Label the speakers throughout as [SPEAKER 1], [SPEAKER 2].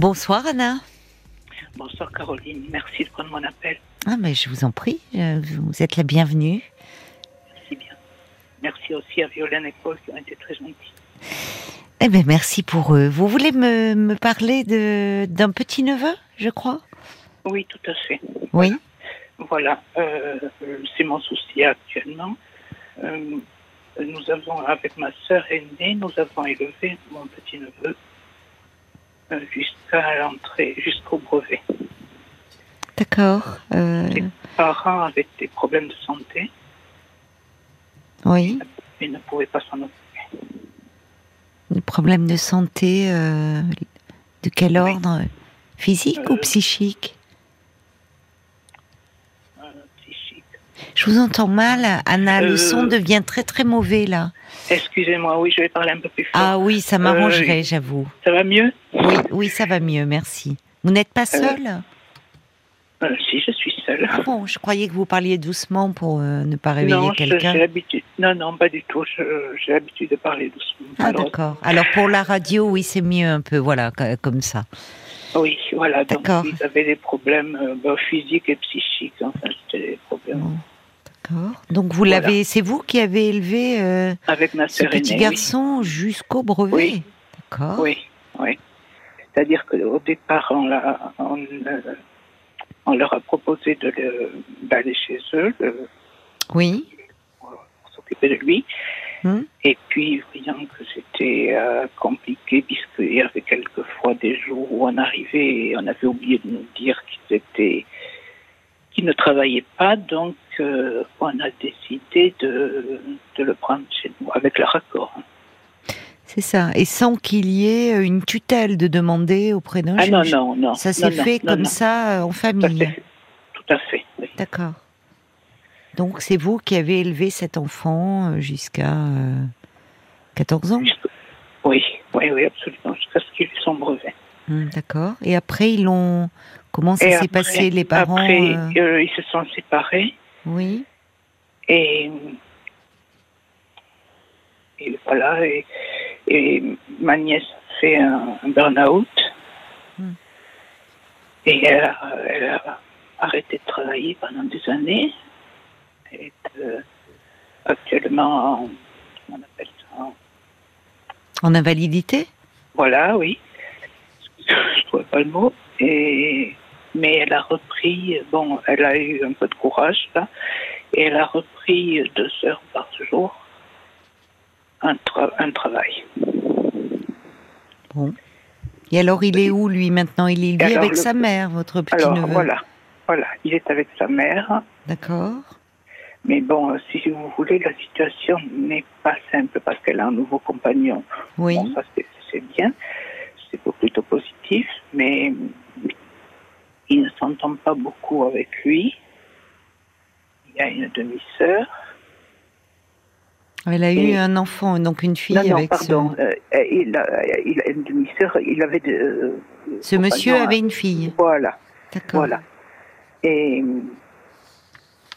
[SPEAKER 1] Bonsoir Anna.
[SPEAKER 2] Bonsoir Caroline, merci de prendre mon appel.
[SPEAKER 1] Ah mais je vous en prie, euh, vous êtes la bienvenue.
[SPEAKER 2] Merci bien. Merci aussi à Violaine et Paul qui ont été très gentils.
[SPEAKER 1] Eh bien merci pour eux. Vous voulez me, me parler de- d'un petit neveu, je crois
[SPEAKER 2] Oui, tout à fait.
[SPEAKER 1] Oui.
[SPEAKER 2] Voilà, euh, euh, c'est mon souci actuellement. Euh, nous avons, avec ma sœur aînée, nous avons élevé mon petit-neveu euh, jusqu'à l'entrée, jusqu'au brevet.
[SPEAKER 1] D'accord. euh,
[SPEAKER 2] Ses parents avaient des problèmes de santé
[SPEAKER 1] oui.
[SPEAKER 2] et ne pouvaient pas s'en occuper.
[SPEAKER 1] Des problèmes de santé euh, de quel
[SPEAKER 2] Oui.
[SPEAKER 1] ordre Physique ou
[SPEAKER 2] Euh,
[SPEAKER 1] psychique
[SPEAKER 2] euh, psychiques.
[SPEAKER 1] Je vous entends mal, Anna. Le
[SPEAKER 2] euh,
[SPEAKER 1] son devient très très mauvais là.
[SPEAKER 2] Excusez-moi, oui, je vais parler un peu plus fort.
[SPEAKER 1] Ah oui,
[SPEAKER 2] Euh,
[SPEAKER 1] ça m'arrangerait, j'avoue.
[SPEAKER 2] Ça va mieux
[SPEAKER 1] Oui, oui, ça va mieux, merci. Vous n'êtes pas seule
[SPEAKER 2] Euh, Si, je suis seule.
[SPEAKER 1] Ah bon, je croyais que vous parliez doucement pour euh, ne pas réveiller
[SPEAKER 2] Non, je- j'ai
[SPEAKER 1] quelqu'un.
[SPEAKER 2] l'habitude. Non, non, pas du tout. Je- J'ai l'habitude de parler doucement.
[SPEAKER 1] Ah
[SPEAKER 2] Alors,
[SPEAKER 1] d'accord. Alors pour la radio, oui, c'est mieux un peu, voilà, co- comme ça.
[SPEAKER 2] oui, voilà. Donc,
[SPEAKER 1] D'accord.
[SPEAKER 2] ils avaient des problèmes euh, ben, physiques et psychiques. hein. Enfin, c'était des problèmes.
[SPEAKER 1] Bon, d'accord. Donc vous
[SPEAKER 2] Voilà.
[SPEAKER 1] l'avez, c'est vous qui avez élevé euh,
[SPEAKER 2] Avec ma
[SPEAKER 1] ce
[SPEAKER 2] sœur aînée.
[SPEAKER 1] petit
[SPEAKER 2] oui.
[SPEAKER 1] garçon jusqu'au brevet.
[SPEAKER 2] Oui.
[SPEAKER 1] D'accord.
[SPEAKER 2] Oui, oui. C'est-à-dire qu'au départ, on, l'a- on, euh, on leur a proposé de le- d'aller chez eux de-
[SPEAKER 1] Oui.
[SPEAKER 2] pour s'occuper de lui.
[SPEAKER 1] Hmm.
[SPEAKER 2] Et puis, voyant que c'était euh, compliqué, puisqu'il y avait quelquefois des jours où on arrivait et on avait oublié de nous dire qu'ils étaient, qu'ils ne travaillaient pas, donc euh, on a décidé de, de le prendre chez nous, avec leur accord.
[SPEAKER 1] C'est ça. Et sans qu'il y ait euh, une tutelle de demander auprès d'un
[SPEAKER 2] Ah non,
[SPEAKER 1] juge.
[SPEAKER 2] non, non.
[SPEAKER 1] Ça s'est
[SPEAKER 2] non, non,
[SPEAKER 1] fait
[SPEAKER 2] non,
[SPEAKER 1] comme
[SPEAKER 2] non,
[SPEAKER 1] ça euh, en
[SPEAKER 2] Tout à
[SPEAKER 1] famille.
[SPEAKER 2] fait. Tout à fait, oui.
[SPEAKER 1] D'accord. Donc c'est vous qui avez élevé cet enfant euh, jusqu'à euh, 14 ans.
[SPEAKER 2] Jusque- Oui, oui, oui, absolument, jusqu'à ce qu'il ait son brevet.
[SPEAKER 1] Hum, D'accord. Et après, ils l'ont. Comment ça
[SPEAKER 2] Et
[SPEAKER 1] s'est
[SPEAKER 2] après-
[SPEAKER 1] passé Les parents
[SPEAKER 2] Après,
[SPEAKER 1] euh,
[SPEAKER 2] euh, ils se sont séparés.
[SPEAKER 1] Oui.
[SPEAKER 2] Et, et voilà, et, et ma nièce fait un, un burn-out.
[SPEAKER 1] Hmm.
[SPEAKER 2] Et elle a, elle a arrêté de travailler pendant des années. Et euh, actuellement, en- on appelle ça. en-
[SPEAKER 1] En invalidité
[SPEAKER 2] Voilà, oui. Je trouvais pas le mot. Et, mais elle a repris, bon, elle a eu un peu de courage, là, et elle a repris deux heures par jour un, tra- un travail.
[SPEAKER 1] Bon. Et alors, il est où, lui, maintenant Il est lui
[SPEAKER 2] Et alors,
[SPEAKER 1] avec
[SPEAKER 2] le-
[SPEAKER 1] sa mère, votre
[SPEAKER 2] Alors,
[SPEAKER 1] petit-neveu
[SPEAKER 2] voilà, voilà, il est avec sa mère,
[SPEAKER 1] D'accord.
[SPEAKER 2] mais bon, si vous voulez, la situation n'est pas simple parce qu'elle a un nouveau compagnon.
[SPEAKER 1] Oui.
[SPEAKER 2] Bon, ça, c'est- c'est bien, c'est plutôt positif, mais il ne s'entend pas beaucoup avec lui. Il y a une demi-sœur.
[SPEAKER 1] Elle a eu
[SPEAKER 2] Et-
[SPEAKER 1] un enfant, donc une fille
[SPEAKER 2] non, non,
[SPEAKER 1] avec
[SPEAKER 2] pardon, euh, euh, il, a, il a une demi-sœur, il avait de... euh,
[SPEAKER 1] ce. Ce monsieur
[SPEAKER 2] compagnon,
[SPEAKER 1] avait
[SPEAKER 2] hein.
[SPEAKER 1] une fille.
[SPEAKER 2] Voilà,
[SPEAKER 1] D'accord.
[SPEAKER 2] voilà. Et,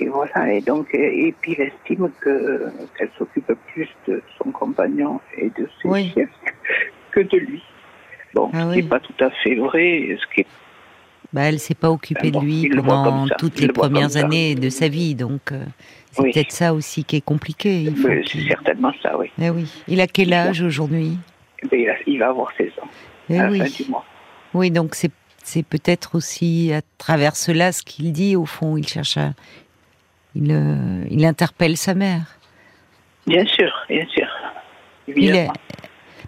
[SPEAKER 2] et voilà, et donc, euh, et puis il estime que- qu'elle s'occupe plus de son compagnon et de ses
[SPEAKER 1] Oui.
[SPEAKER 2] fiefs que de lui. Bon,
[SPEAKER 1] Ah
[SPEAKER 2] ce
[SPEAKER 1] oui.
[SPEAKER 2] qui n'est pas tout à fait vrai, ce qui est
[SPEAKER 1] Bah, elle s'est pas occupée
[SPEAKER 2] Ah bon,
[SPEAKER 1] de lui
[SPEAKER 2] il le voit
[SPEAKER 1] pendant
[SPEAKER 2] comme ça,
[SPEAKER 1] toutes
[SPEAKER 2] il
[SPEAKER 1] les
[SPEAKER 2] le voit comme
[SPEAKER 1] premières
[SPEAKER 2] ça.
[SPEAKER 1] années de sa vie, donc euh, c'est
[SPEAKER 2] Oui.
[SPEAKER 1] peut-être ça aussi qui est compliqué. Il faut
[SPEAKER 2] Mais
[SPEAKER 1] qu'il-
[SPEAKER 2] C'est certainement ça, oui.
[SPEAKER 1] Eh oui. Il a quel âge aujourd'hui
[SPEAKER 2] Mais il, a- il va avoir 16 ans
[SPEAKER 1] Eh
[SPEAKER 2] à la
[SPEAKER 1] oui.
[SPEAKER 2] fin du mois.
[SPEAKER 1] Oui, donc c'est c'est peut-être aussi à travers cela ce qu'il dit au fond. Il cherche à il euh, il interpelle sa mère.
[SPEAKER 2] Bien sûr, bien sûr.
[SPEAKER 1] Il est-
[SPEAKER 2] Évidemment.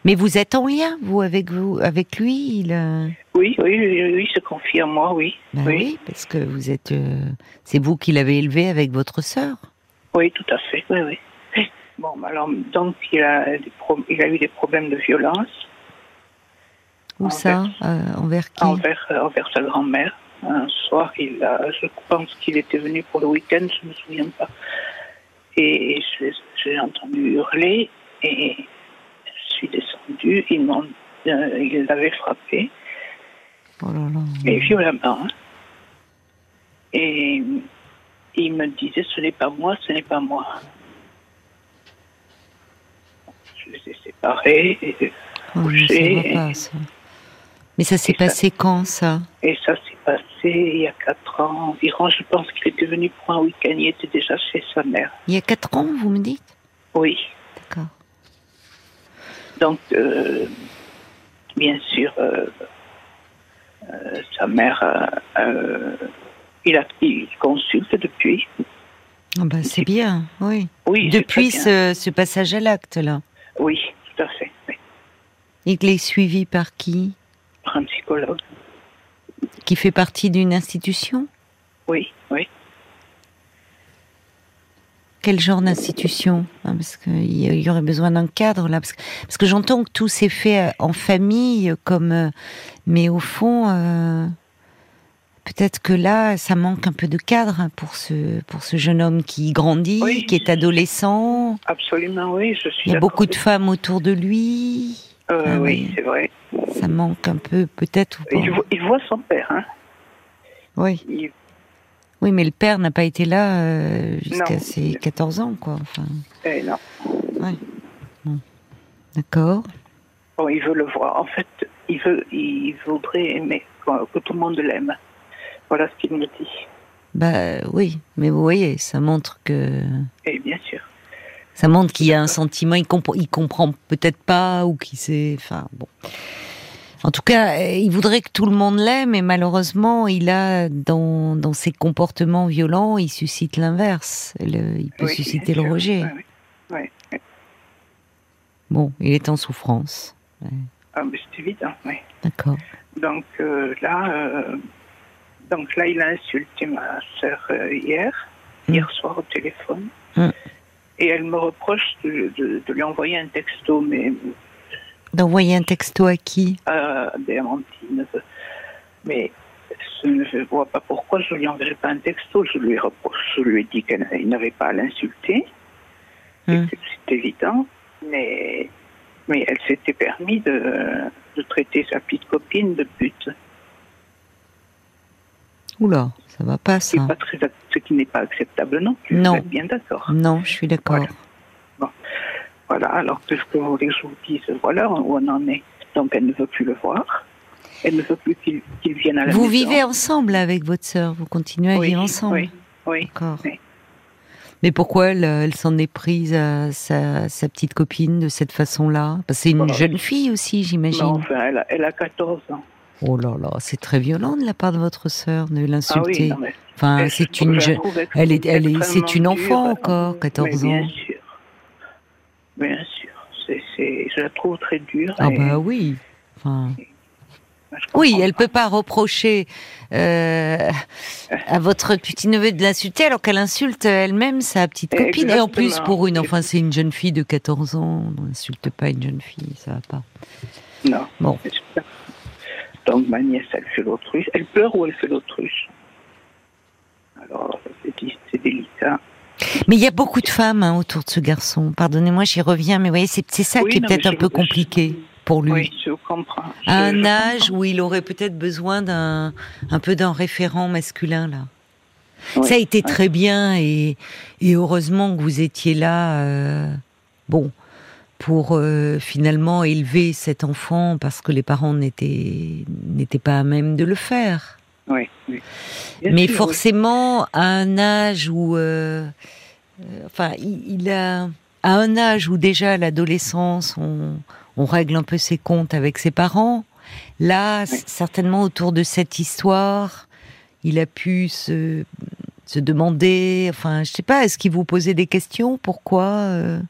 [SPEAKER 1] Mais vous êtes en lien vous avec vous avec lui. Il euh,
[SPEAKER 2] Oui, oui, oui, oui, oui, se confie à moi, oui.
[SPEAKER 1] ben oui.
[SPEAKER 2] Oui.
[SPEAKER 1] parce que vous êtes euh, c'est vous qui l'avez élevé avec votre sœur.
[SPEAKER 2] Oui, tout à fait, oui, oui. Bon, alors, donc, il a, des pro- il a eu des problèmes de violence
[SPEAKER 1] Où
[SPEAKER 2] Envers-
[SPEAKER 1] ça Euh, Envers qui
[SPEAKER 2] envers, euh, envers sa grand-mère. Un soir, il a, je pense qu'il était venu pour le week-end, je ne me souviens pas. Et je l'ai- je l'ai entendu hurler et je suis descendue. Ils m'ont, euh, ils l'avaient frappé.
[SPEAKER 1] Oh là là.
[SPEAKER 2] mais violemment. hein. Et il me disait, ce n'est pas moi, ce n'est pas moi. Je les ai séparés. et-
[SPEAKER 1] Oh, non, ça
[SPEAKER 2] couché.
[SPEAKER 1] va pas, ça. Mais ça s'est
[SPEAKER 2] Et ça-
[SPEAKER 1] passé quand, ça
[SPEAKER 2] Et ça s'est passé il y a quatre ans environ. Je pense qu'il était venu pour un week-end. Il était déjà chez sa mère.
[SPEAKER 1] Il y a 4 ans, vous me dites
[SPEAKER 2] Oui.
[SPEAKER 1] D'accord.
[SPEAKER 2] Donc, euh, bien sûr, euh, euh, sa mère, euh, euh, il, a, il consulte depuis.
[SPEAKER 1] Ah bah, c'est bien, oui.
[SPEAKER 2] Oui, c'est
[SPEAKER 1] Depuis
[SPEAKER 2] très bien.
[SPEAKER 1] ce, ce passage à l'acte, là.
[SPEAKER 2] Oui, tout à fait. oui.
[SPEAKER 1] Et qu'il est suivi par qui
[SPEAKER 2] Par un psychologue.
[SPEAKER 1] Qui fait partie d'une institution
[SPEAKER 2] Oui, oui.
[SPEAKER 1] Quel genre d'institution Hein, Parce qu'il y a- il y aurait besoin d'un cadre, là. Parce que, parce que j'entends que tout s'est fait euh, en famille, euh, comme. euh, Mais au fond, euh, peut-être que là, ça manque un peu de cadre hein, pour ce, pour ce jeune homme qui grandit,
[SPEAKER 2] Oui.
[SPEAKER 1] qui est adolescent.
[SPEAKER 2] Absolument, oui. Je suis
[SPEAKER 1] Il y a
[SPEAKER 2] d'accord.
[SPEAKER 1] beaucoup de femmes autour de lui.
[SPEAKER 2] Euh,
[SPEAKER 1] Ah
[SPEAKER 2] oui,
[SPEAKER 1] oui.
[SPEAKER 2] c'est vrai.
[SPEAKER 1] Ça manque un peu, peut-être. ou pas.
[SPEAKER 2] Il, voit, il voit son père. Hein.
[SPEAKER 1] Oui.
[SPEAKER 2] Il-
[SPEAKER 1] Oui, mais le père n'a pas été là euh, jusqu'à
[SPEAKER 2] Non.
[SPEAKER 1] ses 14 ans, quoi. Enfin,
[SPEAKER 2] eh non.
[SPEAKER 1] d'accord.
[SPEAKER 2] Bon, il veut le voir. En fait, il veut, il voudrait aimer que, que tout le monde l'aime. Voilà ce qu'il me dit.
[SPEAKER 1] Bah euh, oui, mais vous voyez, ça montre que
[SPEAKER 2] Et bien sûr.
[SPEAKER 1] ça montre qu'il y a un sentiment. Il, compre- il comprend peut-être pas ou qu'il sait. Enfin bon. En tout cas, euh, il voudrait que tout le monde l'aime, et malheureusement, il a dans, dans ses comportements violents, il suscite l'inverse. Le- Il peut
[SPEAKER 2] Oui,
[SPEAKER 1] susciter
[SPEAKER 2] bien
[SPEAKER 1] le
[SPEAKER 2] sûr.
[SPEAKER 1] rejet.
[SPEAKER 2] Ouais, ouais.
[SPEAKER 1] Bon, il est en souffrance.
[SPEAKER 2] Ah, mais c'est évident, oui.
[SPEAKER 1] D'accord.
[SPEAKER 2] Donc euh, là, euh, donc là, il a insulté ma sœur euh, hier,
[SPEAKER 1] Mm.
[SPEAKER 2] hier soir au téléphone,
[SPEAKER 1] Mm.
[SPEAKER 2] et elle me reproche de, de- de lui envoyer un texto, mais
[SPEAKER 1] D'envoyer un texto à qui
[SPEAKER 2] à Béamantine. Mais je ne vois pas pourquoi je lui enverrai pas un texto. Je lui reproche, je lui ai dit qu'elle il n'avait pas à l'insulter.
[SPEAKER 1] Mm.
[SPEAKER 2] C'est- C'est évident, mais mais elle s'était permis de, de traiter sa petite copine de pute.
[SPEAKER 1] Oula, ça va pas
[SPEAKER 2] C'est
[SPEAKER 1] ça.
[SPEAKER 2] pas très ac- ce qui n'est pas acceptable non plus.
[SPEAKER 1] Ah. Non.
[SPEAKER 2] Vous êtes bien d'accord.
[SPEAKER 1] Non, je suis d'accord.
[SPEAKER 2] Voilà. Voilà, alors que ce que vous voulez que je vous dise, voilà où on en est. Donc elle ne veut plus le voir. Elle ne veut plus qu'il qu'il vienne à la
[SPEAKER 1] Vous
[SPEAKER 2] maison.
[SPEAKER 1] vivez ensemble là, avec votre sœur, vous continuez à
[SPEAKER 2] Oui,
[SPEAKER 1] vivre ensemble.
[SPEAKER 2] oui, oui.
[SPEAKER 1] D'accord.
[SPEAKER 2] oui.
[SPEAKER 1] Mais pourquoi elle, euh, elle s'en est prise à sa, sa petite copine de cette façon-là Parce que C'est une
[SPEAKER 2] Voilà.
[SPEAKER 1] jeune fille aussi,
[SPEAKER 2] Bah, Non,
[SPEAKER 1] j'imagine.
[SPEAKER 2] enfin, elle a, elle a 14 ans.
[SPEAKER 1] Oh là là, c'est très violent de la part de votre sœur de
[SPEAKER 2] Ah oui,
[SPEAKER 1] l'insulter.
[SPEAKER 2] non, mais
[SPEAKER 1] enfin,
[SPEAKER 2] elle-
[SPEAKER 1] c'est
[SPEAKER 2] je
[SPEAKER 1] une
[SPEAKER 2] la
[SPEAKER 1] jeune.
[SPEAKER 2] trouve ex-
[SPEAKER 1] Elle est, elle est,
[SPEAKER 2] extrêmement
[SPEAKER 1] c'est une enfant
[SPEAKER 2] dure.
[SPEAKER 1] encore, 14
[SPEAKER 2] Mais
[SPEAKER 1] ans.
[SPEAKER 2] Bien sûr. Bien sûr. C'est- c'est- je la trouve très dure.
[SPEAKER 1] Ah
[SPEAKER 2] et
[SPEAKER 1] bah oui. Enfin,
[SPEAKER 2] je comprends
[SPEAKER 1] Oui, elle peut pas reprocher euh, à votre petit neveu de l'insulter alors qu'elle insulte elle-même sa petite copine. Et en plus,
[SPEAKER 2] Exactement.
[SPEAKER 1] pour une, enfin, c'est une jeune fille de 14 ans. On n'insulte pas une jeune fille, ça va pas.
[SPEAKER 2] Non.
[SPEAKER 1] Bon.
[SPEAKER 2] c'est ça. Donc ma nièce, elle fait l'autruche. Elle pleure ou elle fait l'autruche Alors, c'est di- c'est délicat.
[SPEAKER 1] Mais il y a beaucoup de femmes hein, autour de ce garçon. Pardonnez-moi, j'y reviens, mais vous voyez, c'est c'est ça
[SPEAKER 2] Oui,
[SPEAKER 1] qui est
[SPEAKER 2] non, mais
[SPEAKER 1] peut-être un
[SPEAKER 2] je-
[SPEAKER 1] peu
[SPEAKER 2] je-
[SPEAKER 1] compliqué pour lui.
[SPEAKER 2] Oui, je comprends. Je-
[SPEAKER 1] À
[SPEAKER 2] je
[SPEAKER 1] un âge
[SPEAKER 2] comprends.
[SPEAKER 1] où il aurait peut-être besoin d'un un peu d'un référent masculin là.
[SPEAKER 2] Oui,
[SPEAKER 1] Ça a été très bien et, et heureusement que vous étiez là, euh, bon, pour euh, finalement élever cet enfant parce que les parents n'étaient n'étaient pas à même de le faire.
[SPEAKER 2] Oui, oui. Bien
[SPEAKER 1] Mais
[SPEAKER 2] sûr, oui.
[SPEAKER 1] forcément, à un âge où, euh, euh, enfin, il, il a à un âge où déjà à l'adolescence, on, on règle un peu ses comptes avec ses parents. Là, c- certainement autour de cette histoire, il a pu se se demander, enfin, je sais pas, est-ce qu'il vous posait des questions Pourquoi euh,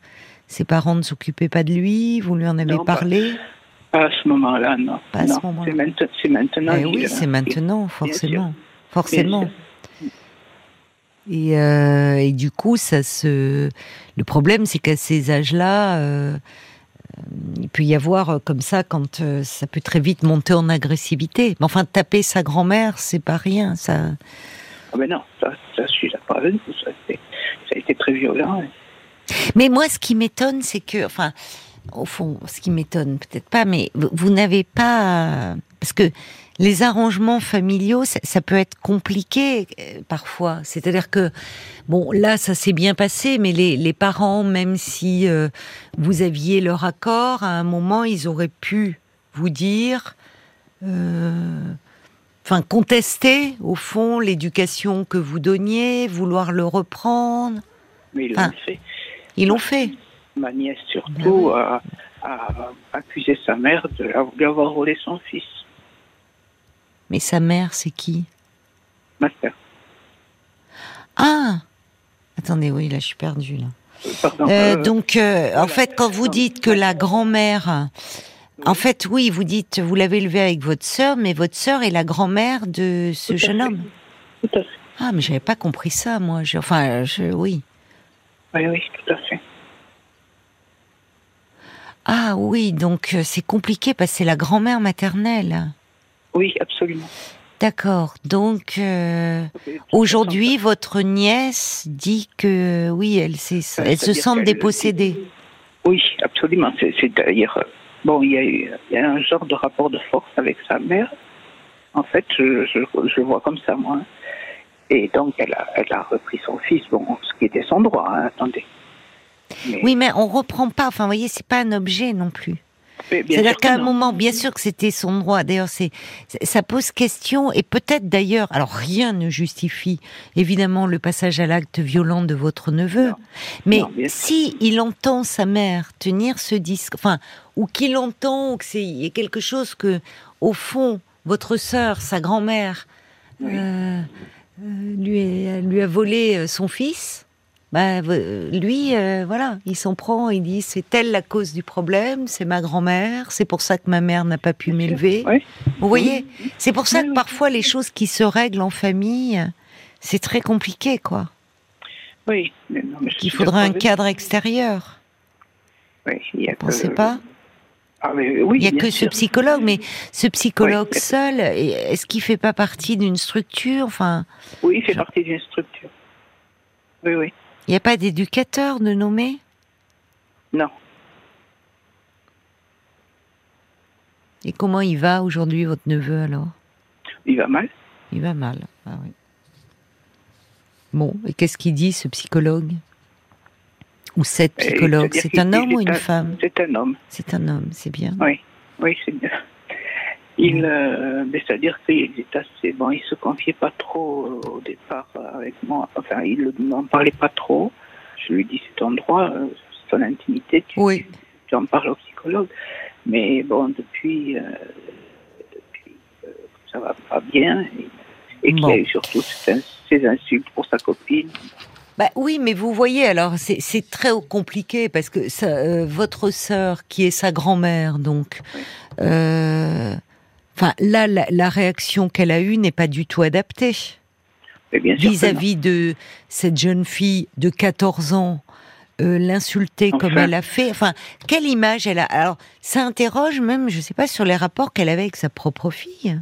[SPEAKER 1] ses parents ne s'occupaient pas de lui Vous lui en avez
[SPEAKER 2] Non, bah, pas-
[SPEAKER 1] parlé
[SPEAKER 2] Pas à ce moment-là, non.
[SPEAKER 1] Pas à ce
[SPEAKER 2] Non,
[SPEAKER 1] moment-là.
[SPEAKER 2] C'est maintenant. C'est maintenant. hein.
[SPEAKER 1] Eh oui,
[SPEAKER 2] qu'il-
[SPEAKER 1] c'est maintenant, forcément. Forcément.
[SPEAKER 2] Bien
[SPEAKER 1] Et, euh, et du coup, ça se. Le problème, c'est qu'à ces âges-là, euh, il peut y avoir euh, comme ça, quand euh, ça peut très vite monter en agressivité. Mais enfin, taper sa grand-mère, c'est pas rien. Ça.
[SPEAKER 2] Ah ben non, ça, ça je suis d'accord avec vous. Ça, c'est- ça a été très violent. hein.
[SPEAKER 1] Mais moi, ce qui m'étonne, c'est que, enfin, au fond, ce qui m'étonne, peut-être pas, mais vous, vous n'avez pas, parce que les arrangements familiaux, ça, ça peut être compliqué euh, parfois. C'est-à-dire que, bon, là, ça s'est bien passé, mais les, les parents, même si euh, vous aviez leur accord, à un moment, ils auraient pu vous dire. euh, enfin contester au fond l'éducation que vous donniez, vouloir le reprendre.
[SPEAKER 2] Mais ils l'ont
[SPEAKER 1] Ah.
[SPEAKER 2] fait.
[SPEAKER 1] Ils l'ont fait.
[SPEAKER 2] Ma nièce surtout
[SPEAKER 1] Ben
[SPEAKER 2] a, a accusé sa mère de la- d'avoir volé son fils,
[SPEAKER 1] Mais sa mère, c'est qui
[SPEAKER 2] ma sœur.
[SPEAKER 1] Ah Attendez, oui, là, je suis perdue. Là.
[SPEAKER 2] Euh, Pardon.
[SPEAKER 1] Euh,
[SPEAKER 2] euh,
[SPEAKER 1] donc, euh, en
[SPEAKER 2] voilà.
[SPEAKER 1] fait, quand vous dites que la grand-mère, en fait, oui, vous dites, vous l'avez élevée avec votre sœur, mais votre sœur est la grand-mère de
[SPEAKER 2] tout
[SPEAKER 1] ce
[SPEAKER 2] à
[SPEAKER 1] jeune
[SPEAKER 2] fait.
[SPEAKER 1] homme.
[SPEAKER 2] Tout à fait.
[SPEAKER 1] Ah, mais j'avais pas compris ça, moi. Je- enfin, je, oui.
[SPEAKER 2] Oui, oui, tout à fait.
[SPEAKER 1] Ah oui, donc euh, c'est compliqué parce que c'est la grand-mère maternelle.
[SPEAKER 2] Oui, absolument.
[SPEAKER 1] D'accord. Donc euh, aujourd'hui, votre nièce dit que oui, elle, s'est- elle se
[SPEAKER 2] C'est-à-dire
[SPEAKER 1] sent
[SPEAKER 2] qu'elle-
[SPEAKER 1] dépossédée.
[SPEAKER 2] Oui, absolument. C'est- C'est-à-dire, euh, bon, il y, a eu- il y a un genre de rapport de force avec sa mère. En fait, je, je, je le vois comme ça, moi. hein. Et donc, elle a, elle a repris son fils, bon, ce qui était son droit, hein, attendez. Mais-
[SPEAKER 1] Oui, mais on reprend pas. Enfin, vous voyez, c'est pas un objet non plus.
[SPEAKER 2] mais bien
[SPEAKER 1] C'est-à-dire
[SPEAKER 2] sûr que
[SPEAKER 1] qu'à un
[SPEAKER 2] non.
[SPEAKER 1] moment, bien sûr que c'était son droit. D'ailleurs, c'est c'est- ça pose question et peut-être d'ailleurs. Alors, rien ne justifie évidemment le passage à l'acte violent de votre neveu.
[SPEAKER 2] Non.
[SPEAKER 1] Mais
[SPEAKER 2] Non, bien sûr.
[SPEAKER 1] si il entend sa mère tenir ce disque, enfin, ou qu'il entend, ou que c'est il y a quelque chose que, au fond, votre sœur, sa grand-mère,
[SPEAKER 2] Oui.
[SPEAKER 1] euh, euh, lui, a, lui a volé euh, son fils. Bah, v- euh, lui, euh, voilà, il s'en prend, il dit c'est elle la cause du problème, c'est ma grand-mère, c'est pour ça que ma mère n'a pas pu
[SPEAKER 2] Bien sûr.
[SPEAKER 1] m'élever.
[SPEAKER 2] Oui.
[SPEAKER 1] Vous voyez, c'est pour ça
[SPEAKER 2] Oui,
[SPEAKER 1] que
[SPEAKER 2] oui.
[SPEAKER 1] parfois les choses qui se règlent en famille, c'est très compliqué, quoi.
[SPEAKER 2] Oui, mais non, mais je
[SPEAKER 1] Qu'il
[SPEAKER 2] suis
[SPEAKER 1] faudrait un
[SPEAKER 2] d'accord
[SPEAKER 1] cadre extérieur.
[SPEAKER 2] avec- Oui, il y a
[SPEAKER 1] Vous pensez
[SPEAKER 2] que-
[SPEAKER 1] pas
[SPEAKER 2] Ah, mais Euh, oui,
[SPEAKER 1] Il n'y a
[SPEAKER 2] bien
[SPEAKER 1] que ce
[SPEAKER 2] sûr.
[SPEAKER 1] psychologue, mais ce psychologue
[SPEAKER 2] Oui.
[SPEAKER 1] seul, et- est-ce qu'il fait pas partie d'une structure Enfin,
[SPEAKER 2] Oui, il fait
[SPEAKER 1] Genre-
[SPEAKER 2] partie d'une structure. Oui, oui.
[SPEAKER 1] il n'y a pas d'éducateur de nommé
[SPEAKER 2] Non.
[SPEAKER 1] Et comment il va aujourd'hui, votre neveu alors
[SPEAKER 2] Il va mal.
[SPEAKER 1] Il va mal. Ah oui. Bon, et qu'est-ce qu'il dit ce psychologue Ou cette
[SPEAKER 2] Et
[SPEAKER 1] psychologue
[SPEAKER 2] c'est-à-dire
[SPEAKER 1] C'est
[SPEAKER 2] qu'il-
[SPEAKER 1] un homme
[SPEAKER 2] il
[SPEAKER 1] ou
[SPEAKER 2] est
[SPEAKER 1] une
[SPEAKER 2] un-
[SPEAKER 1] femme
[SPEAKER 2] C'est un homme.
[SPEAKER 1] C'est un homme, c'est bien.
[SPEAKER 2] Oui, c'est bien. Il,
[SPEAKER 1] Mm.
[SPEAKER 2] euh, mais c'est-à-dire qu'il est assez bon. Il se confiait pas trop euh, au départ euh, avec moi. Enfin, il n'en parlait pas trop. Je lui dis c'est ton droit, euh, c'est ton intimité. Tu,
[SPEAKER 1] Oui.
[SPEAKER 2] tu en parles au psychologue. Mais bon, depuis, euh, depuis, euh, ça va pas bien. Et, et qu'il
[SPEAKER 1] Bon.
[SPEAKER 2] y a eu surtout ces ins- ces insultes pour sa copine.
[SPEAKER 1] Bah oui, mais vous voyez, alors c'est c'est très compliqué parce que ça, euh, votre sœur, qui est sa grand-mère, donc, euh, enfin là, la, la réaction qu'elle a eue n'est pas du tout adaptée
[SPEAKER 2] Mais bien sûr que non.
[SPEAKER 1] vis-à-vis de cette jeune fille de 14 ans, euh, l'insulter
[SPEAKER 2] Enfin.
[SPEAKER 1] comme elle a fait. Enfin, quelle image elle a Alors, ça interroge même, je sais pas, sur les rapports qu'elle avait avec sa propre fille.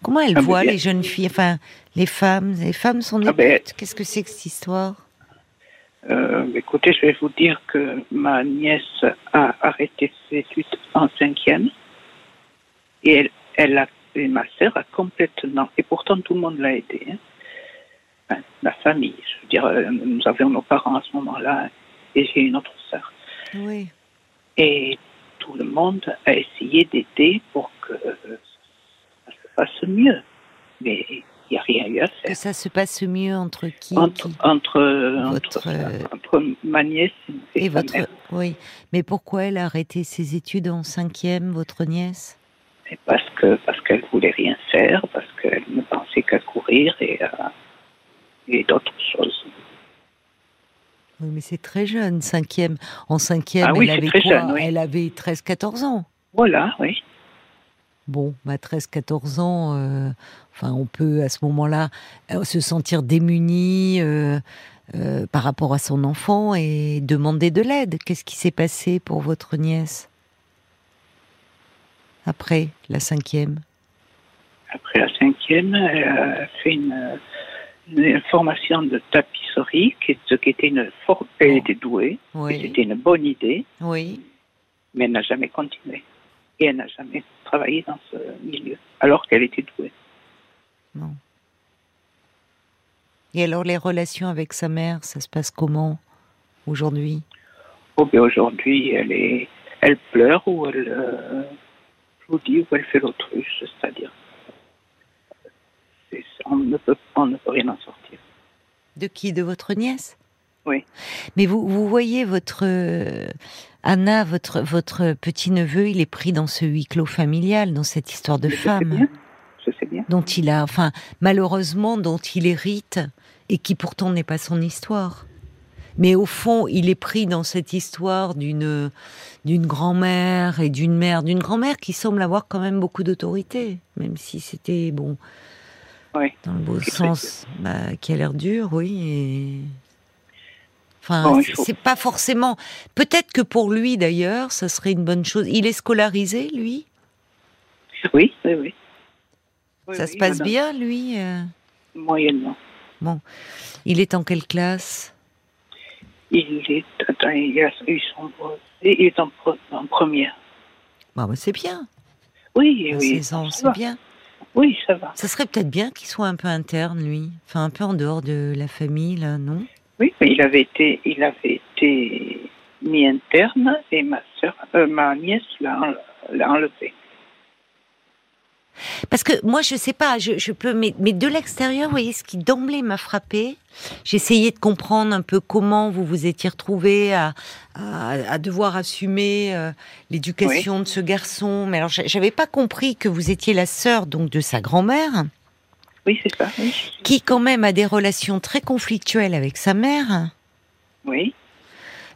[SPEAKER 1] Comment elle
[SPEAKER 2] Ah, mais
[SPEAKER 1] voit
[SPEAKER 2] bien-
[SPEAKER 1] les jeunes filles, enfin les femmes, les femmes sont des
[SPEAKER 2] Ah, ben-
[SPEAKER 1] putes. Qu'est-ce que c'est que cette histoire
[SPEAKER 2] Euh, écoutez, je vais vous dire que ma nièce a arrêté ses études en cinquième et elle, elle a et ma sœur a complètement et pourtant tout le monde l'a aidée. hein. Enfin, la famille, je veux dire, euh, nous avions nos parents à ce moment-là et j'ai une autre sœur
[SPEAKER 1] Oui.
[SPEAKER 2] et tout le monde a essayé d'aider pour que euh, ça se fasse mieux, mais il n'y a rien eu à faire.
[SPEAKER 1] que ça se passe mieux entre qui,
[SPEAKER 2] Entre,
[SPEAKER 1] qui
[SPEAKER 2] entre,
[SPEAKER 1] Votre, euh,
[SPEAKER 2] entre, entre ma nièce
[SPEAKER 1] et
[SPEAKER 2] et, sa
[SPEAKER 1] votre
[SPEAKER 2] mère.
[SPEAKER 1] oui mais pourquoi elle a arrêté ses études en cinquième votre nièce
[SPEAKER 2] Et parce que parce qu'elle voulait rien faire, parce qu'elle ne pensait qu'à courir et, à- et d'autres choses.
[SPEAKER 1] oui mais c'est très jeune cinquième en cinquième
[SPEAKER 2] Ah
[SPEAKER 1] elle
[SPEAKER 2] oui, c'est
[SPEAKER 1] avait
[SPEAKER 2] très
[SPEAKER 1] quoi
[SPEAKER 2] jeune, oui.
[SPEAKER 1] elle avait 13 14 ans
[SPEAKER 2] Voilà, oui.
[SPEAKER 1] Bon, à 13-14 ans, euh, enfin, on peut à ce moment-là euh, se sentir démuni euh, euh, par rapport à son enfant et demander de l'aide. Qu'est-ce qui s'est passé pour votre nièce après la cinquième
[SPEAKER 2] Après la cinquième, elle a fait une, une formation de tapisserie, qui, est- ce qui était une for- Elle était douée, et
[SPEAKER 1] Oui,
[SPEAKER 2] c'était une bonne idée,
[SPEAKER 1] oui.
[SPEAKER 2] mais elle n'a jamais continué. Et elle n'a jamais travaillé dans ce milieu, alors qu'elle était douée.
[SPEAKER 1] Et alors les relations avec sa mère, ça se passe comment aujourd'hui
[SPEAKER 2] Oh, mais aujourd'hui, elle est, elle pleure ou elle, euh, l'applaudit ou elle fait l'autruche, c'est-à-dire c'est- on, ne peut, on ne peut rien en sortir.
[SPEAKER 1] De qui De votre nièce
[SPEAKER 2] Oui.
[SPEAKER 1] Mais vous, vous voyez votre euh, Anna, votre votre petit neveu, il est pris dans ce huis clos familial, dans cette histoire de
[SPEAKER 2] Mais je sais
[SPEAKER 1] femme
[SPEAKER 2] bien, Je sais bien.
[SPEAKER 1] dont il a, enfin malheureusement dont il hérite et qui pourtant n'est pas son histoire. Mais au fond, il est pris dans cette histoire d'une d'une grand-mère et d'une mère, d'une grand-mère qui semble avoir quand même beaucoup d'autorité, même si c'était bon
[SPEAKER 2] Oui.
[SPEAKER 1] dans le beau
[SPEAKER 2] Qui est
[SPEAKER 1] sens, bah, qui a l'air dur, oui. et- Enfin,
[SPEAKER 2] Bon, il
[SPEAKER 1] c'est-
[SPEAKER 2] faut-
[SPEAKER 1] c'est pas forcément. Peut-être que pour lui d'ailleurs, ça serait une bonne chose. Il est scolarisé, lui.
[SPEAKER 2] Oui, oui, oui. Oui,
[SPEAKER 1] ça
[SPEAKER 2] oui,
[SPEAKER 1] se passe
[SPEAKER 2] madame.
[SPEAKER 1] bien, lui. euh.
[SPEAKER 2] Moyennement.
[SPEAKER 1] Il est en quelle classe
[SPEAKER 2] Il est, attends, il a, ils sont, il est en, pre- en première.
[SPEAKER 1] Bah, bah, c'est bien.
[SPEAKER 2] Oui,
[SPEAKER 1] à
[SPEAKER 2] Eh oui,
[SPEAKER 1] 16 ans, c'est
[SPEAKER 2] va.
[SPEAKER 1] bien.
[SPEAKER 2] oui, ça va.
[SPEAKER 1] Ça serait peut-être bien qu'il soit un peu interne, lui. Enfin, un peu en dehors de la famille, là, non
[SPEAKER 2] Oui, mais il avait été, il avait été mis interne et ma sœur, euh, ma nièce l'a, en- l'a enlevé.
[SPEAKER 1] Parce que moi, je sais pas, je, je peux, mais, mais de l'extérieur, vous voyez, ce qui d'emblée m'a frappé, j'essayais de comprendre un peu comment vous vous étiez retrouvé à, à, à devoir assumer euh, l'éducation de ce garçon. Mais alors, j'a- j'avais pas compris que vous étiez la sœur donc de sa grand-mère,
[SPEAKER 2] Oui, c'est ça. Oui,
[SPEAKER 1] qui quand même a des relations très conflictuelles avec sa mère.
[SPEAKER 2] oui,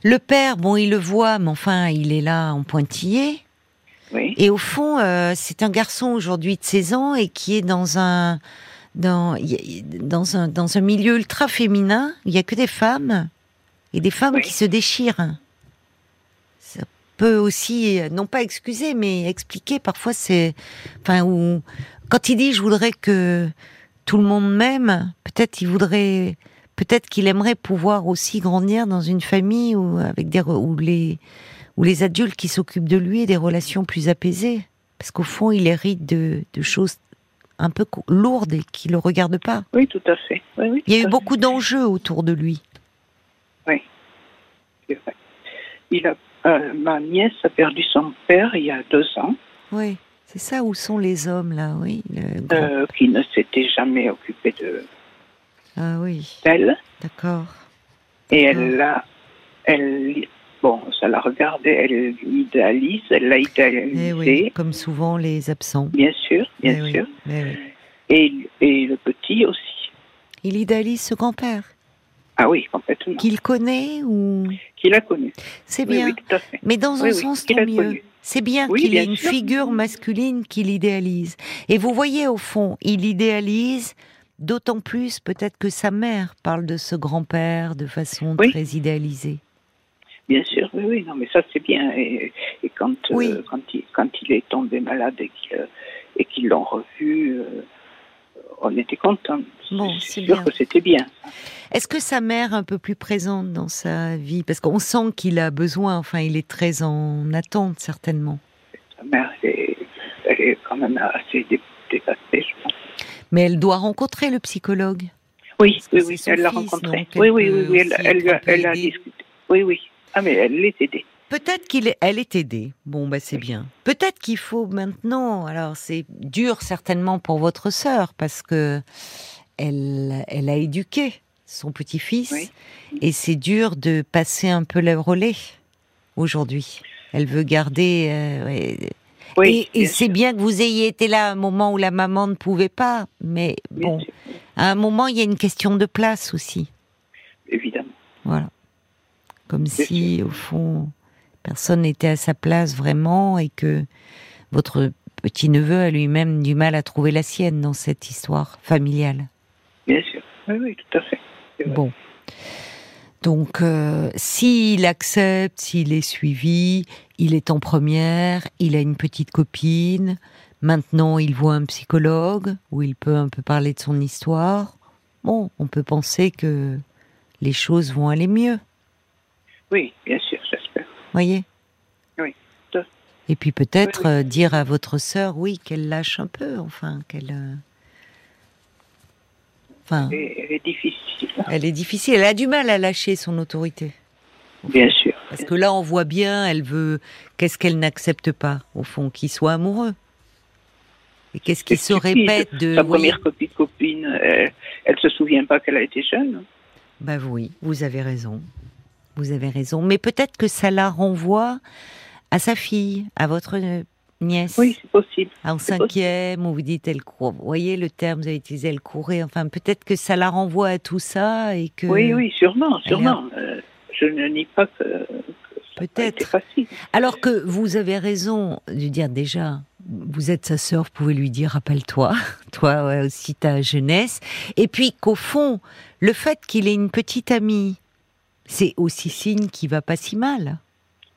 [SPEAKER 1] Le père, bon, il le voit, mais enfin, il est là en pointillé.
[SPEAKER 2] oui.
[SPEAKER 1] Et au fond, euh, c'est un garçon aujourd'hui de 16 ans et qui est dans un dans y- dans un dans un milieu ultra féminin. Il y a que des femmes et des femmes
[SPEAKER 2] Oui.
[SPEAKER 1] qui se déchirent. Ça peut aussi euh, non pas excuser, mais expliquer parfois c'est enfin ou quand il dit je voudrais que tout le monde m'aime, peut-être il voudrait peut-être qu'il aimerait pouvoir aussi grandir dans une famille où avec des re- où les ou les adultes qui s'occupent de lui et des relations plus apaisées. Parce qu'au fond, il hérite de, de choses un peu co- lourdes et qui le regardent pas.
[SPEAKER 2] Oui, tout à fait. Oui, oui,
[SPEAKER 1] Il y a
[SPEAKER 2] tout
[SPEAKER 1] eu
[SPEAKER 2] à
[SPEAKER 1] beaucoup d'enjeux autour de lui.
[SPEAKER 2] fait, c'est vrai. Il a, euh, ma nièce a perdu son père il y a deux ans,
[SPEAKER 1] Oui, c'est ça où sont les hommes là, oui. le grand-
[SPEAKER 2] euh, qui ne s'était jamais occupé de
[SPEAKER 1] Ah oui,
[SPEAKER 2] d'elle.
[SPEAKER 1] d'accord.
[SPEAKER 2] Et
[SPEAKER 1] D'accord.
[SPEAKER 2] elle l'a, elle, bon, ça l'a regardé, elle l'idéalise, elle l'a
[SPEAKER 1] Eh
[SPEAKER 2] idéalisé,
[SPEAKER 1] oui, comme souvent les absents.
[SPEAKER 2] bien sûr, bien
[SPEAKER 1] Eh oui,
[SPEAKER 2] sûr.
[SPEAKER 1] eh oui.
[SPEAKER 2] Et, et le petit aussi.
[SPEAKER 1] Il idéalise ce grand-père
[SPEAKER 2] Ah oui, complètement. Qui,
[SPEAKER 1] qu'il connaît ou
[SPEAKER 2] l'a connu.
[SPEAKER 1] c'est
[SPEAKER 2] Oui,
[SPEAKER 1] bien.
[SPEAKER 2] oui, tout à fait.
[SPEAKER 1] Mais dans un
[SPEAKER 2] Oui, oui,
[SPEAKER 1] sens,
[SPEAKER 2] qu'il
[SPEAKER 1] tant
[SPEAKER 2] a
[SPEAKER 1] mieux.
[SPEAKER 2] connu.
[SPEAKER 1] C'est bien
[SPEAKER 2] Oui,
[SPEAKER 1] qu'il
[SPEAKER 2] bien
[SPEAKER 1] ait une
[SPEAKER 2] sûr.
[SPEAKER 1] figure masculine qu'il idéalise. Et vous voyez, au fond, il idéalise d'autant plus peut-être que sa mère parle de ce grand-père de façon
[SPEAKER 2] Oui.
[SPEAKER 1] très idéalisée.
[SPEAKER 2] Bien sûr, oui, oui, non, mais ça c'est bien. Et, et quand, euh,
[SPEAKER 1] Oui.
[SPEAKER 2] quand, il, quand il est tombé malade et qu'il, euh, et qu'ils l'ont revu, euh, on était content.
[SPEAKER 1] Bon, c'est
[SPEAKER 2] sûr
[SPEAKER 1] bien.
[SPEAKER 2] que c'était bien.
[SPEAKER 1] Est-ce que sa mère est un peu plus présente dans sa vie Parce qu'on sent qu'il a besoin, enfin, il est très en attente certainement.
[SPEAKER 2] Sa mère, elle est, elle est quand même assez dé- dépassée, je pense.
[SPEAKER 1] Mais elle doit rencontrer le psychologue.
[SPEAKER 2] Oui,
[SPEAKER 1] Parce que
[SPEAKER 2] oui,
[SPEAKER 1] c'est
[SPEAKER 2] oui,
[SPEAKER 1] son
[SPEAKER 2] elle l'a
[SPEAKER 1] fils,
[SPEAKER 2] rencontré.
[SPEAKER 1] donc
[SPEAKER 2] Oui, oui,
[SPEAKER 1] elle
[SPEAKER 2] oui,
[SPEAKER 1] peut
[SPEAKER 2] oui, elle,
[SPEAKER 1] aussi
[SPEAKER 2] elle lui a,
[SPEAKER 1] être un peu
[SPEAKER 2] elle a
[SPEAKER 1] aidée.
[SPEAKER 2] discuté. Oui, oui. Ah, mais elle l'est aidée.
[SPEAKER 1] Peut-être qu'il est, elle est aidée. Bon, bah c'est bien. Peut-être qu'il faut maintenant. Alors c'est dur certainement pour votre sœur parce que elle, elle a éduqué son petit-fils
[SPEAKER 2] Oui.
[SPEAKER 1] et c'est dur de passer un peu le relais aujourd'hui. Elle veut garder. euh, ouais.
[SPEAKER 2] Oui,
[SPEAKER 1] et et
[SPEAKER 2] bien
[SPEAKER 1] c'est
[SPEAKER 2] sûr,
[SPEAKER 1] bien que vous ayez été là à un moment où la maman ne pouvait pas. Mais
[SPEAKER 2] bien
[SPEAKER 1] bon,
[SPEAKER 2] sûr,
[SPEAKER 1] à un moment il y a une question de place aussi.
[SPEAKER 2] évidemment.
[SPEAKER 1] Voilà. Comme
[SPEAKER 2] C'est
[SPEAKER 1] si, au fond, personne n'était à sa place vraiment et que votre petit-neveu a lui-même du mal à trouver la sienne dans cette histoire familiale.
[SPEAKER 2] Bien sûr. Oui, oui, tout à fait. C'est vrai.
[SPEAKER 1] Bon. Donc, euh, s'il accepte, s'il est suivi, il est en première, il a une petite copine, maintenant il voit un psychologue où il peut un peu parler de son histoire. Bon, on peut penser que les choses vont aller mieux.
[SPEAKER 2] Oui, bien sûr, j'espère.
[SPEAKER 1] voyez
[SPEAKER 2] Oui, tout à fait.
[SPEAKER 1] Et puis peut-être
[SPEAKER 2] Oui, oui.
[SPEAKER 1] euh, dire à votre sœur, oui, qu'elle lâche un peu, enfin, qu'elle... euh, Enfin,
[SPEAKER 2] Et elle est difficile,
[SPEAKER 1] elle est difficile, elle a du mal à lâcher son autorité.
[SPEAKER 2] bien sûr.
[SPEAKER 1] Parce que là, on voit bien, elle veut... Qu'est-ce qu'elle n'accepte pas, au fond Qu'il soit amoureux. Et qu'est-ce qui se répète de...
[SPEAKER 2] Sa
[SPEAKER 1] oui,
[SPEAKER 2] première copie de copine, elle, elle se souvient pas qu'elle a été jeune.
[SPEAKER 1] Bah oui, vous avez raison. Vous avez raison. Mais peut-être que ça la renvoie à sa fille, à votre euh, nièce.
[SPEAKER 2] Oui, c'est possible.
[SPEAKER 1] En
[SPEAKER 2] c'est
[SPEAKER 1] cinquième, où vous dites elle court. Vous voyez le terme, vous avez utilisé elle courait. Enfin, peut-être que ça la renvoie à tout ça et que.
[SPEAKER 2] Oui, oui, sûrement, sûrement. Euh, je ne nie pas que, que ça a pas été
[SPEAKER 1] Peut-être.
[SPEAKER 2] facile.
[SPEAKER 1] Alors que vous avez raison de dire déjà, vous êtes sa sœur, vous pouvez lui dire rappelle-toi, toi ouais, aussi ta jeunesse. Et puis qu'au fond, le fait qu'il ait une petite amie, c'est aussi signe qu'il va pas si mal.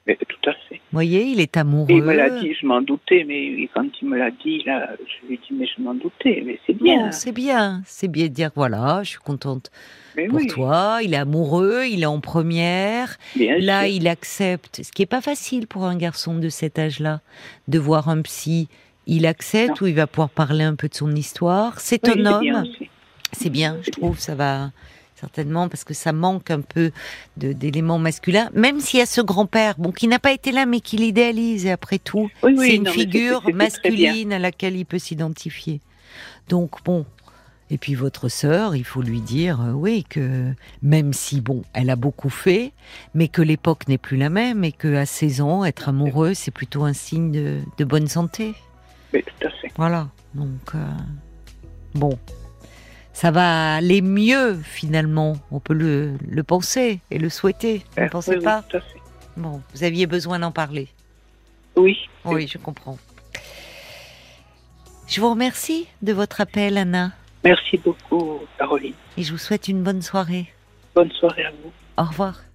[SPEAKER 2] Mais tout à fait.
[SPEAKER 1] Vous voyez, il est amoureux.
[SPEAKER 2] Et il me l'a dit, je m'en doutais, mais quand il me l'a dit, là, je lui ai dit, mais je m'en doutais, mais c'est bien.
[SPEAKER 1] Bon, c'est bien, c'est bien de dire voilà, je suis contente
[SPEAKER 2] mais
[SPEAKER 1] pour
[SPEAKER 2] oui,
[SPEAKER 1] toi, il est amoureux, il est en première,
[SPEAKER 2] bien
[SPEAKER 1] Là,
[SPEAKER 2] sûr.
[SPEAKER 1] il accepte, ce qui est pas facile pour un garçon de cet âge-là, de voir un psy. Il accepte ou il va pouvoir parler un peu de son histoire. C'est
[SPEAKER 2] Oui,
[SPEAKER 1] un
[SPEAKER 2] c'est bien
[SPEAKER 1] homme.
[SPEAKER 2] aussi.
[SPEAKER 1] C'est bien, je
[SPEAKER 2] C'est bien.
[SPEAKER 1] trouve, ça va certainement parce que ça manque un peu de- d'éléments masculins. Même s'il y a ce grand-père, bon, qui n'a pas été là, mais qui l'idéalise et après tout,
[SPEAKER 2] Oui, oui,
[SPEAKER 1] c'est une
[SPEAKER 2] non, mais
[SPEAKER 1] figure
[SPEAKER 2] c'était- c'était très bien.
[SPEAKER 1] masculine à laquelle il peut s'identifier. Donc bon. Et puis votre sœur, il faut lui dire, euh, oui, que même si, bon, elle a beaucoup fait, mais que l'époque n'est plus la même et que à 16 ans, être amoureux, c'est plutôt un signe de, de bonne santé.
[SPEAKER 2] Mais tout à fait.
[SPEAKER 1] Voilà. Donc, euh, bon. Ça va aller mieux, finalement. On peut le, le penser et le souhaiter. Vous ne
[SPEAKER 2] Euh,
[SPEAKER 1] pensez
[SPEAKER 2] oui,
[SPEAKER 1] pas
[SPEAKER 2] Oui, tout à fait.
[SPEAKER 1] Bon, vous aviez besoin d'en parler.
[SPEAKER 2] Oui.
[SPEAKER 1] Oui, je comprends. Je vous remercie de votre appel, Anna.
[SPEAKER 2] Merci beaucoup, Caroline.
[SPEAKER 1] Et je vous souhaite une bonne soirée.
[SPEAKER 2] Bonne soirée à vous.
[SPEAKER 1] Au revoir.